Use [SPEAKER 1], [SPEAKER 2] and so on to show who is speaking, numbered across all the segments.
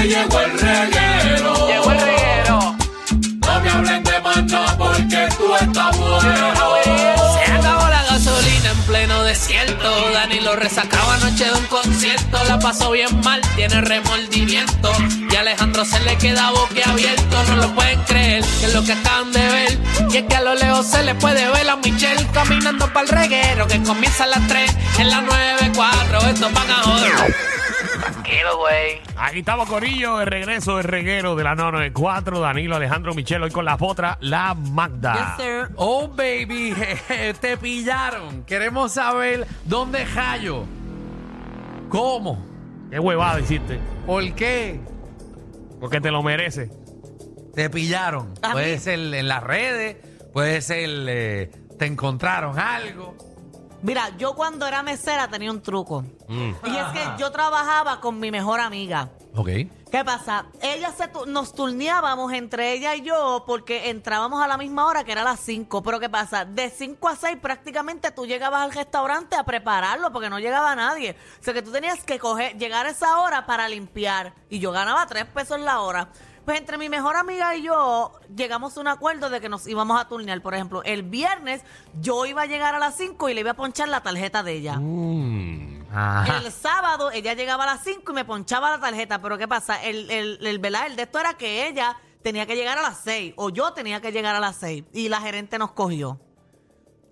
[SPEAKER 1] que llegó el reguero.
[SPEAKER 2] Llegó el reguero.
[SPEAKER 1] No me hablen de más nada porque tú estás bueno.
[SPEAKER 3] Se acabó la gasolina en pleno desierto. Dani lo resacaba anoche de un concierto. La pasó bien mal, tiene remordimiento. Y a Alejandro se le queda boquiabierto. No lo pueden creer, que es lo que acaban de ver. Y es que a lo lejos se le puede ver a Michelle caminando para el reguero. Que comienza a las 3, en las 9, 4. Estos van a joder.
[SPEAKER 2] Tranquilo, güey.
[SPEAKER 4] Aquí estamos, Corillo, de regreso de reguero de la 994. Danilo, Alejandro, Michel, hoy con la potra, la Magda.
[SPEAKER 5] Oh, baby, jeje, te pillaron. Queremos saber dónde hallo. ¿Cómo?
[SPEAKER 4] Qué huevada hiciste,
[SPEAKER 5] ¿Por qué?
[SPEAKER 4] porque te lo mereces.
[SPEAKER 5] Te pillaron. Puede ser en las redes, puede ser eh, te encontraron algo.
[SPEAKER 6] Mira, yo cuando era mesera tenía un truco. Y es que yo trabajaba con mi mejor amiga.
[SPEAKER 5] Ok.
[SPEAKER 6] ¿Qué pasa? Ella se tu- nos turneábamos entre ella y yo porque entrábamos a la misma hora que era las 5. Pero ¿qué pasa? De 5 a 6 prácticamente tú llegabas al restaurante a prepararlo porque no llegaba nadie. O sea que tú tenías que coger, llegar a esa hora para limpiar. Y yo ganaba 3 pesos la hora. Pues entre mi mejor amiga y yo llegamos a un acuerdo de que nos íbamos a turnear. Por ejemplo, el viernes yo iba a llegar a las 5 y le iba a ponchar la tarjeta de ella.
[SPEAKER 5] Ajá.
[SPEAKER 6] El sábado ella llegaba a las 5 y me ponchaba la tarjeta, pero ¿qué pasa? El, el, el, ¿verdad? el de esto era que ella tenía que llegar a las 6 o yo tenía que llegar a las 6 y la gerente nos cogió.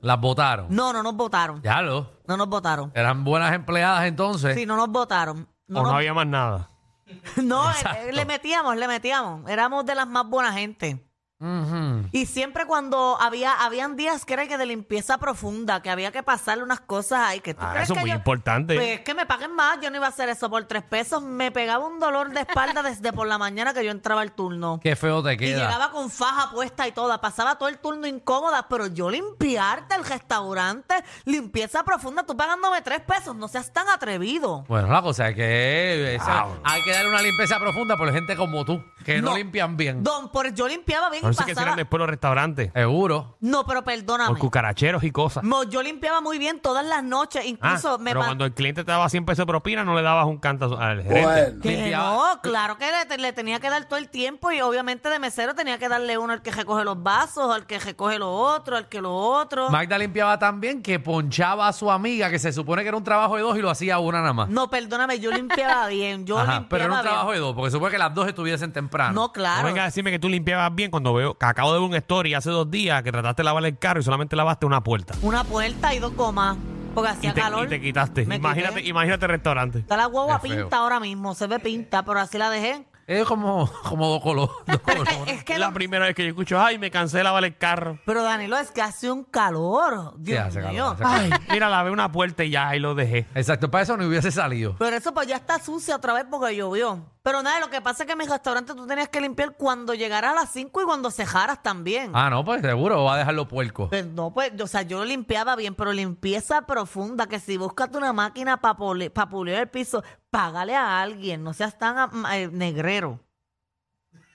[SPEAKER 5] Las votaron.
[SPEAKER 6] No, no nos votaron.
[SPEAKER 5] Ya lo.
[SPEAKER 6] No nos votaron.
[SPEAKER 5] Eran buenas empleadas entonces.
[SPEAKER 6] Sí, no nos votaron. No,
[SPEAKER 4] o no
[SPEAKER 6] nos-
[SPEAKER 4] había más nada.
[SPEAKER 6] no, eh, eh, le metíamos, le metíamos. Éramos de las más buenas gente.
[SPEAKER 5] Ujú.
[SPEAKER 6] Y siempre cuando había habían días que era que de limpieza profunda, que había que pasarle unas cosas ahí que tú
[SPEAKER 4] Ah,
[SPEAKER 6] crees
[SPEAKER 4] eso es
[SPEAKER 6] que
[SPEAKER 4] muy
[SPEAKER 6] yo-
[SPEAKER 4] importante.
[SPEAKER 6] Pues que me paguen más, yo no iba a hacer eso por tres pesos. Me pegaba un dolor de espalda desde por la mañana que yo entraba al turno.
[SPEAKER 5] Qué feo te
[SPEAKER 6] Y
[SPEAKER 5] queda.
[SPEAKER 6] llegaba con faja puesta y toda. Pasaba todo el turno incómoda, pero yo limpiarte el restaurante, limpieza profunda, tú pagándome tres pesos, no seas tan atrevido.
[SPEAKER 5] Bueno, la cosa es que esa-
[SPEAKER 4] Diablo.
[SPEAKER 5] hay que darle una limpieza profunda por gente como tú, que no,
[SPEAKER 6] No.
[SPEAKER 5] limpian bien.
[SPEAKER 6] Don, por yo limpiaba bien
[SPEAKER 4] No
[SPEAKER 6] y
[SPEAKER 4] sé qué serán
[SPEAKER 6] pasaba.
[SPEAKER 4] después los restaurantes.
[SPEAKER 5] Seguro.
[SPEAKER 6] No, pero
[SPEAKER 4] Por
[SPEAKER 6] perdóname.
[SPEAKER 4] cucaracheros y cosas.
[SPEAKER 6] Mo- Yo limpiaba muy bien todas las noches,
[SPEAKER 4] Ah,
[SPEAKER 6] Mm, incluso me
[SPEAKER 4] pero
[SPEAKER 6] pa-
[SPEAKER 4] cuando el cliente te daba 100 pesos de propina, no le dabas un canto al gerente.
[SPEAKER 6] Que
[SPEAKER 5] Limpiaba-
[SPEAKER 6] no, claro que le, le tenía que dar todo el tiempo y obviamente de mesero tenía que darle uno al que recoge los vasos, al que recoge lo otro, al que lo otro.
[SPEAKER 5] Magda limpiaba tan bien que ponchaba a su amiga, que se supone que era un trabajo de dos y lo hacía una nada más.
[SPEAKER 6] No, perdóname, yo limpiaba bien, yo
[SPEAKER 5] Ajá,
[SPEAKER 6] limpiaba
[SPEAKER 5] pero era un
[SPEAKER 6] bien.
[SPEAKER 5] trabajo de dos, porque se supone que las dos estuviesen temprano.
[SPEAKER 6] No,
[SPEAKER 4] No
[SPEAKER 6] claro.
[SPEAKER 4] vengas a decirme que tú limpiabas bien cuando veo que acabo de ver un story hace dos días que trataste de lavar el carro y solamente lavaste una puerta.
[SPEAKER 6] Una puerta y dos comas, porque
[SPEAKER 4] Y
[SPEAKER 6] hacía
[SPEAKER 4] te,
[SPEAKER 6] calor.
[SPEAKER 4] y te quitaste.
[SPEAKER 6] Me
[SPEAKER 4] Imagínate,
[SPEAKER 6] quité.
[SPEAKER 4] imagínate el restaurante.
[SPEAKER 6] Está la guagua
[SPEAKER 5] Qué feo.
[SPEAKER 6] pinta ahora mismo, se ve pinta, pero así la dejé.
[SPEAKER 5] Es como, como dos colores.
[SPEAKER 6] Es que
[SPEAKER 4] Es la
[SPEAKER 6] no-
[SPEAKER 4] primera vez que yo escucho, ay, me cansé de lavar el carro.
[SPEAKER 6] pero Danilo, es que hace un calor. Dios
[SPEAKER 5] hace calor,
[SPEAKER 6] mío.
[SPEAKER 5] hace calor.
[SPEAKER 4] Ay, mira, lavé una puerta y ya, ahí lo dejé.
[SPEAKER 5] Exacto, para eso no hubiese salido.
[SPEAKER 6] Pero eso pues ya está sucio otra vez porque llovió. Pero nada, lo que pasa es que en mi restaurante tú tenías que limpiar cuando llegaras a las 5 y cuando cejaras también.
[SPEAKER 5] Ah, no, pues seguro va a dejarlo puerco.
[SPEAKER 6] Pues no, pues, o sea, yo lo limpiaba bien, pero limpieza profunda, que si buscas una máquina para pulir el piso, págale a alguien, no seas tan am- eh, negrero.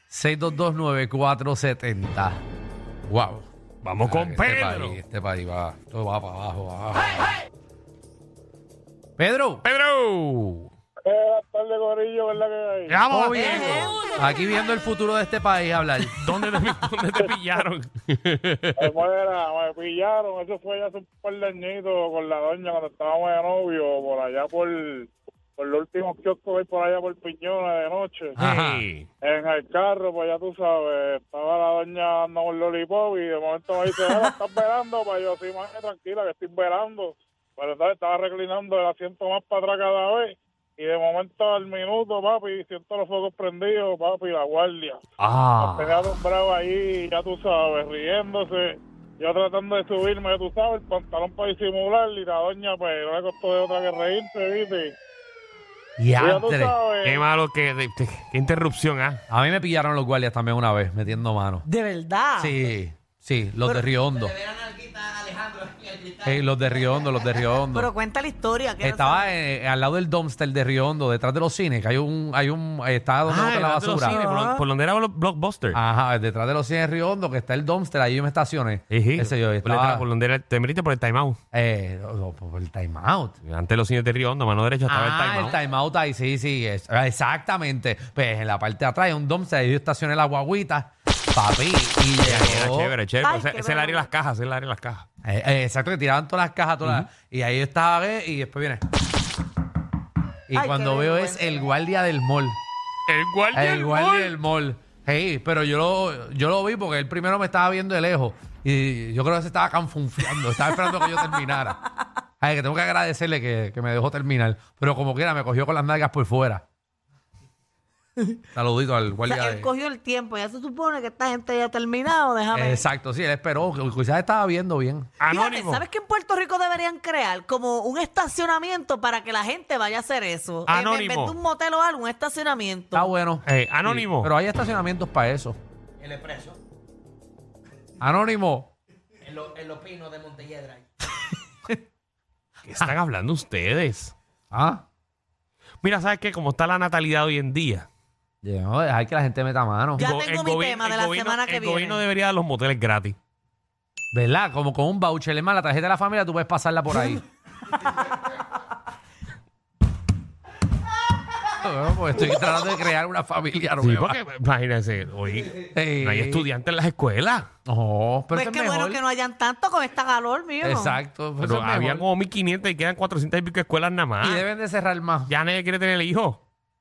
[SPEAKER 5] 6229470. Wow.
[SPEAKER 4] Vamos con Pedro.
[SPEAKER 5] País, Ah, este país va, todo va para abajo. va para abajo. Pedro,
[SPEAKER 4] Pedro. Buenas tardes, Gorillo, ¿verdad que
[SPEAKER 5] ¿todo Oh, bien? Aquí viendo el futuro de este país hablar.
[SPEAKER 4] Eh, ¿Dónde te, dónde te pillaron?
[SPEAKER 7] Pues, Mira, me pillaron, eso fue ya hace un par de añitos con la doña cuando estábamos de novio, por allá por, por los últimos kioscos que hay por allá por Piñones de noche.
[SPEAKER 5] Ajá.
[SPEAKER 4] Hey.
[SPEAKER 7] En el carro, pues ya tú sabes, estaba la doña dando un lollipop y de momento me dice, "Ah, ¿estás velando? Pues yo, sí, madre, tranquila, que estoy velando. Pero entonces estaba reclinando el asiento más para atrás cada vez y de momento al minuto, papi, siento los focos prendidos, papi, la guardia.
[SPEAKER 4] Ah.
[SPEAKER 7] Tenía un bravo ahí, ya tú sabes, riéndose. Yo tratando de subirme, ya tú sabes, el pantalón para disimular y la doña, pues, no le costó de otra que reírse, ¿viste?
[SPEAKER 5] Y
[SPEAKER 7] Y ya tú
[SPEAKER 5] antes,
[SPEAKER 4] Qué
[SPEAKER 7] sabes,
[SPEAKER 4] malo que. de- de- qué interrupción, ¿ah?
[SPEAKER 5] a mí me pillaron los guardias también una
[SPEAKER 4] Ah.
[SPEAKER 5] vez metiendo mano.
[SPEAKER 6] De verdad.
[SPEAKER 5] Sí, sí, los de Riondo. eh, los de Riondo, los de Riondo.
[SPEAKER 6] Pero cuenta la historia. quiero
[SPEAKER 5] Estaba eh, al lado del dumpster de Riondo, detrás de los cines, que hay un, hay un, eh, está donde botan la
[SPEAKER 4] Ah, detrás de los
[SPEAKER 5] basura.
[SPEAKER 4] cines, por, lo- por donde era Blo- Blockbuster.
[SPEAKER 5] Ajá, detrás de los cines de Riondo, que está el dumpster, ahí yo me estacioné.
[SPEAKER 4] Ejí.
[SPEAKER 5] Qué sé yo, y
[SPEAKER 4] por, detrás,
[SPEAKER 5] estaba,
[SPEAKER 4] por donde era, te metiste por el timeout.
[SPEAKER 5] eh, no, no, por el time out.
[SPEAKER 4] Antes de los cines de Río Hondo, mano derecha estaba
[SPEAKER 5] ah,
[SPEAKER 4] el timeout.
[SPEAKER 5] el time out ahí, sí, sí, es- exactamente. Pues en la parte de atrás hay un dumpster, ahí yo estacioné la guaguita, papi, y
[SPEAKER 4] Era
[SPEAKER 5] llegó.
[SPEAKER 4] chévere, chévere.
[SPEAKER 6] Ay,
[SPEAKER 4] Ese-
[SPEAKER 6] qué
[SPEAKER 4] ese es el área de
[SPEAKER 6] bravo.
[SPEAKER 4] las cajas, ese es el área de las cajas.
[SPEAKER 5] Eh, eh, exacto, que tiraban todas las cajas, todas las- y ahí yo estaba, eh, y después viene. Y
[SPEAKER 6] Ay, qué
[SPEAKER 5] cuando veo es
[SPEAKER 6] vergüenza.
[SPEAKER 5] el guardia del mall.
[SPEAKER 4] El guardia.
[SPEAKER 5] El guardia del mall. Hey, pero yo lo, yo lo vi porque él primero me estaba viendo de lejos. Y yo creo que se estaba canfunfiando. Estaba esperando que yo terminara. Ay, que tengo que agradecerle que, que me dejó terminar. Pero como quiera, me cogió con las nalgas por fuera. Saludito al
[SPEAKER 6] O sea,
[SPEAKER 5] guardia.
[SPEAKER 6] él
[SPEAKER 5] de-
[SPEAKER 6] cogió el tiempo. Ya se supone que esta gente ya ha terminado. Déjame.
[SPEAKER 5] Exacto, sí, él esperó. Quizás estaba viendo bien.
[SPEAKER 6] Fíjate,
[SPEAKER 4] Anónimo.
[SPEAKER 6] ¿Sabes que en Puerto Rico deberían crear como un estacionamiento para que la gente vaya a hacer eso? En- En
[SPEAKER 4] Anónimo.
[SPEAKER 6] vez de un motel o algo, un estacionamiento. Pues
[SPEAKER 5] Está bueno.
[SPEAKER 4] Eh, anónimo.
[SPEAKER 5] Sí, pero hay estacionamientos para eso. El expreso. Anónimo.
[SPEAKER 4] ¿Qué están hablando ustedes?
[SPEAKER 5] Ah.
[SPEAKER 4] Mira, ¿sabes qué? Como está la natalidad hoy en día.
[SPEAKER 5] Ya, no, dejar que la gente meta mano.
[SPEAKER 6] Ya
[SPEAKER 4] go-
[SPEAKER 6] tengo mi
[SPEAKER 4] gobi-
[SPEAKER 6] tema de
[SPEAKER 4] el
[SPEAKER 6] la
[SPEAKER 4] gobierno-
[SPEAKER 6] semana que
[SPEAKER 4] El gobierno
[SPEAKER 6] viene.
[SPEAKER 4] debería dar los moteles gratis.
[SPEAKER 5] ¿Verdad? Como con un voucher. Es más, la tarjeta de la familia tú puedes pasarla por ahí. Bueno, pues estoy tratando de crear una
[SPEAKER 4] Sí,
[SPEAKER 5] familia nueva.
[SPEAKER 4] porque imagínense, hoy
[SPEAKER 5] Sí.
[SPEAKER 4] no hay estudiantes en las escuelas.
[SPEAKER 5] No, pero
[SPEAKER 6] Pues
[SPEAKER 5] eso
[SPEAKER 6] qué
[SPEAKER 5] es mejor.
[SPEAKER 6] bueno que no hayan tanto con esta calor, mío.
[SPEAKER 5] Exacto. pero
[SPEAKER 4] Pero ah.
[SPEAKER 5] eso es
[SPEAKER 4] había
[SPEAKER 5] mejor.
[SPEAKER 4] como 1500 y quedan 400 y pico escuelas nada más.
[SPEAKER 5] Y deben de cerrar más.
[SPEAKER 4] Ya nadie quiere tener hijos.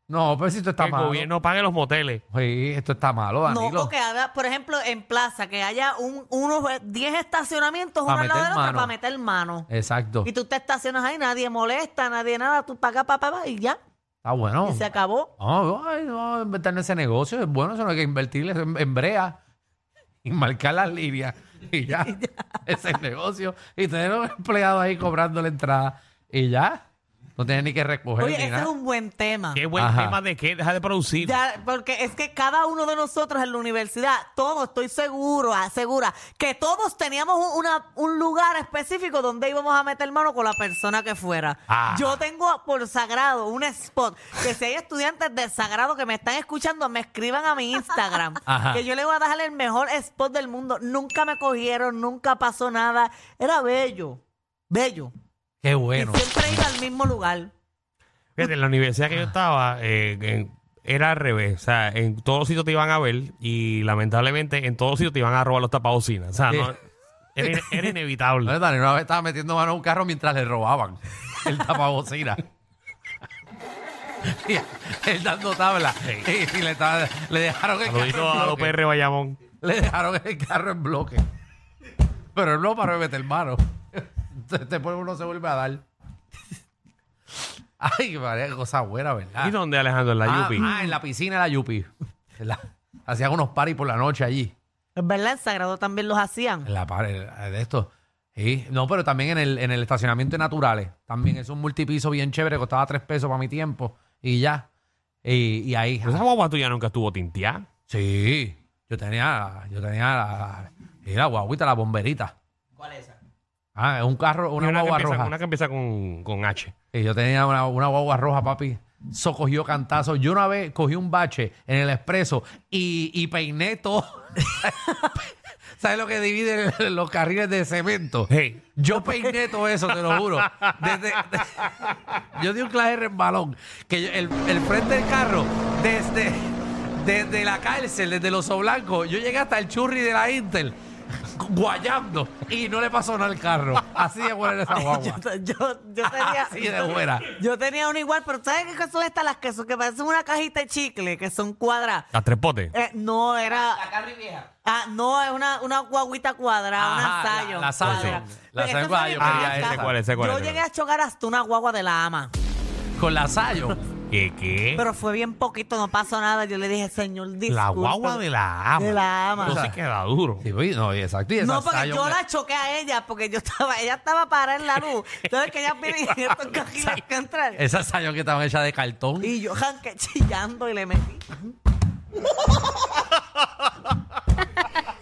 [SPEAKER 5] No, pero si esto
[SPEAKER 4] Que
[SPEAKER 5] está
[SPEAKER 4] el
[SPEAKER 5] malo.
[SPEAKER 4] gobierno pague los moteles.
[SPEAKER 5] Sí, esto está malo,
[SPEAKER 6] No,
[SPEAKER 5] Danilo.
[SPEAKER 6] porque haga, por ejemplo, en plaza, que haya un, unos 10 estacionamientos
[SPEAKER 5] Pa'
[SPEAKER 6] uno al lado
[SPEAKER 5] meter
[SPEAKER 6] del otro
[SPEAKER 5] mano.
[SPEAKER 6] para meter mano.
[SPEAKER 5] Exacto.
[SPEAKER 6] Y tú te estacionas ahí, nadie molesta, nadie nada, tú pagas, papá, y ya,
[SPEAKER 5] Está bueno.
[SPEAKER 6] y se acabó.
[SPEAKER 5] No, ay, no, vamos a inventar en ese negocio. Es bueno, eso no hay que invertirle en, en brea y marcar las líneas y ya. ese es el negocio. Y tener un empleado ahí cobrando la entrada y ya. No tienes ni que recoger
[SPEAKER 6] Oye, ese
[SPEAKER 5] ni
[SPEAKER 6] es
[SPEAKER 5] nada.
[SPEAKER 6] un buen tema.
[SPEAKER 4] Qué buen
[SPEAKER 5] Ajá.
[SPEAKER 4] tema de qué, deja de producir.
[SPEAKER 6] Ya, porque es que cada uno de nosotros en la universidad, todos, estoy seguro, ah, segura, que todos teníamos un, una- un lugar específico donde íbamos a meter mano con la persona que fuera.
[SPEAKER 5] Ah.
[SPEAKER 6] Yo tengo por sagrado un spot, que si hay estudiantes de sagrado que me están escuchando, me escriban a mi Instagram,
[SPEAKER 5] Ajá.
[SPEAKER 6] que yo le voy a dejar el mejor spot del mundo. Nunca me cogieron, nunca pasó nada. Era bello, bello.
[SPEAKER 5] Qué bueno.
[SPEAKER 6] Y siempre iba al mismo lugar.
[SPEAKER 4] Fíjate, en la universidad
[SPEAKER 5] Ah.
[SPEAKER 4] que yo estaba eh, en- era al revés. O sea, en todos los sitios te iban a ver y lamentablemente en todos los sitios te iban a robar los tapabocinas. O sea,
[SPEAKER 5] Sí.
[SPEAKER 4] no, era, in- era
[SPEAKER 5] No,
[SPEAKER 4] inevitable.
[SPEAKER 5] Dani, una vez estaba metiendo mano a un carro mientras le robaban el tapabocina. Y Él dando tabla. Y, y le, estaba- le dejaron el
[SPEAKER 4] Saludito
[SPEAKER 5] carro.
[SPEAKER 4] a
[SPEAKER 5] en
[SPEAKER 4] los
[SPEAKER 5] bloque.
[SPEAKER 4] PR Bayamón.
[SPEAKER 5] Le dejaron el carro en bloque. Pero él no paró de meter mano. Este, Entonces, Después uno se vuelve a dar. Ay, María, qué cosa buena, ¿verdad?
[SPEAKER 4] ¿Y dónde, Alejandro? En la
[SPEAKER 5] ah,
[SPEAKER 4] Yupi.
[SPEAKER 5] ah, en la piscina de la Yupi. En la- hacían unos paris por la noche allí.
[SPEAKER 6] Es verdad, en Sagrado también los hacían.
[SPEAKER 5] En la par- en- de esto. Sí. No, pero también en el, en el estacionamiento de naturales. También es un multipiso bien chévere, costaba tres pesos para mi tiempo. Y ya. Y, y ahí.
[SPEAKER 4] Esa guagua tuya nunca estuvo tinteada.
[SPEAKER 5] Sí, yo tenía, yo tenía la, y la guaguita, la bomberita. ¿Cuál es esa? Ah, es un carro, una,
[SPEAKER 4] Y que
[SPEAKER 5] guagua
[SPEAKER 4] empieza-
[SPEAKER 5] roja.
[SPEAKER 4] Una que empieza con, con H.
[SPEAKER 5] Y yo tenía una, una guagua roja, papi. Eso cogió cantazo. Yo una vez cogí un bache en el expreso y, y peiné todo. ¿Sabes lo que divide los carriles de cemento?
[SPEAKER 4] Hey.
[SPEAKER 5] Yo peiné todo eso, te lo juro. Desde- de- yo di un clase en balón. Que yo- el, el frente del carro, desde, desde la cárcel, desde los blancos, yo llegué hasta el churri de la Intel, guayando, y no le pasó nada al carro. Así de buena era esa
[SPEAKER 6] Yo,
[SPEAKER 5] guagua.
[SPEAKER 6] yo, yo tenía,
[SPEAKER 5] Así de buena.
[SPEAKER 6] Yo tenía una igual, pero ¿sabes qué son estas las que son? Que parecen una cajita de chicle, que son cuadras.
[SPEAKER 4] Las tres potes.
[SPEAKER 6] Eh, no, era. La vieja. Ah, no, es una, una guaguita cuadrada,
[SPEAKER 5] Ajá,
[SPEAKER 6] una
[SPEAKER 5] la-
[SPEAKER 6] Zion.
[SPEAKER 5] la Zion.
[SPEAKER 6] cuadra.
[SPEAKER 5] La
[SPEAKER 6] Pues
[SPEAKER 5] Zion
[SPEAKER 6] esas
[SPEAKER 5] cuadra, yo
[SPEAKER 6] son
[SPEAKER 5] quería
[SPEAKER 6] las
[SPEAKER 5] esa.
[SPEAKER 6] cajas.
[SPEAKER 4] Sé cuál es, sé cuál
[SPEAKER 6] Yo
[SPEAKER 4] es, sé
[SPEAKER 6] llegué
[SPEAKER 4] cuál
[SPEAKER 6] a chocar hasta una guagua de la ama,
[SPEAKER 5] Con la Sayo.
[SPEAKER 4] ¿Qué? qué?
[SPEAKER 6] pero fue bien poquito, no pasó nada. Yo le dije, señor, disculpe.
[SPEAKER 4] la guagua de la ama.
[SPEAKER 6] De la ama.
[SPEAKER 4] Eso sí queda duro.
[SPEAKER 5] Sí, pues, no, y exacto. y esa
[SPEAKER 6] No, porque
[SPEAKER 5] Zion
[SPEAKER 6] yo
[SPEAKER 5] me-
[SPEAKER 6] la choqué a ella, porque yo estaba, ella estaba parada en la luz. Entonces que ella viene y estos cajitas que entran.
[SPEAKER 5] Esas Sayon que estaban hechas de cartón.
[SPEAKER 6] Y yo janque chillando y le metí.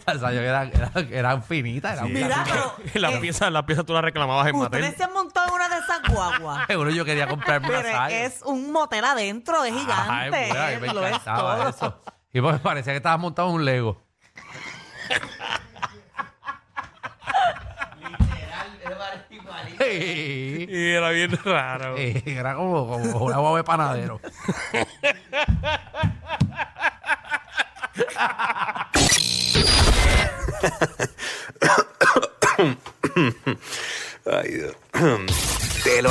[SPEAKER 5] salsa eran, eran, eran finitas. Eran
[SPEAKER 6] Sí. Mira, pero-
[SPEAKER 4] las
[SPEAKER 6] eh,
[SPEAKER 4] piezas, las piezas tú las reclamabas en Mattel.
[SPEAKER 6] Ustedes se han montado en una de esas guaguas.
[SPEAKER 5] Seguro yo quería comprarme una
[SPEAKER 6] Pero
[SPEAKER 5] saya.
[SPEAKER 6] es un motel adentro, es
[SPEAKER 5] Ay,
[SPEAKER 6] gigante.
[SPEAKER 5] mira, a mí me
[SPEAKER 6] lo es
[SPEAKER 5] encantaba
[SPEAKER 6] todo.
[SPEAKER 5] eso. Y pues me parecía que estabas montado en un Lego. Literal,
[SPEAKER 4] Y era bien
[SPEAKER 6] Eh,
[SPEAKER 4] raro.
[SPEAKER 5] Era como, como una guava de panadero.
[SPEAKER 8] Ay, Dios. Te lo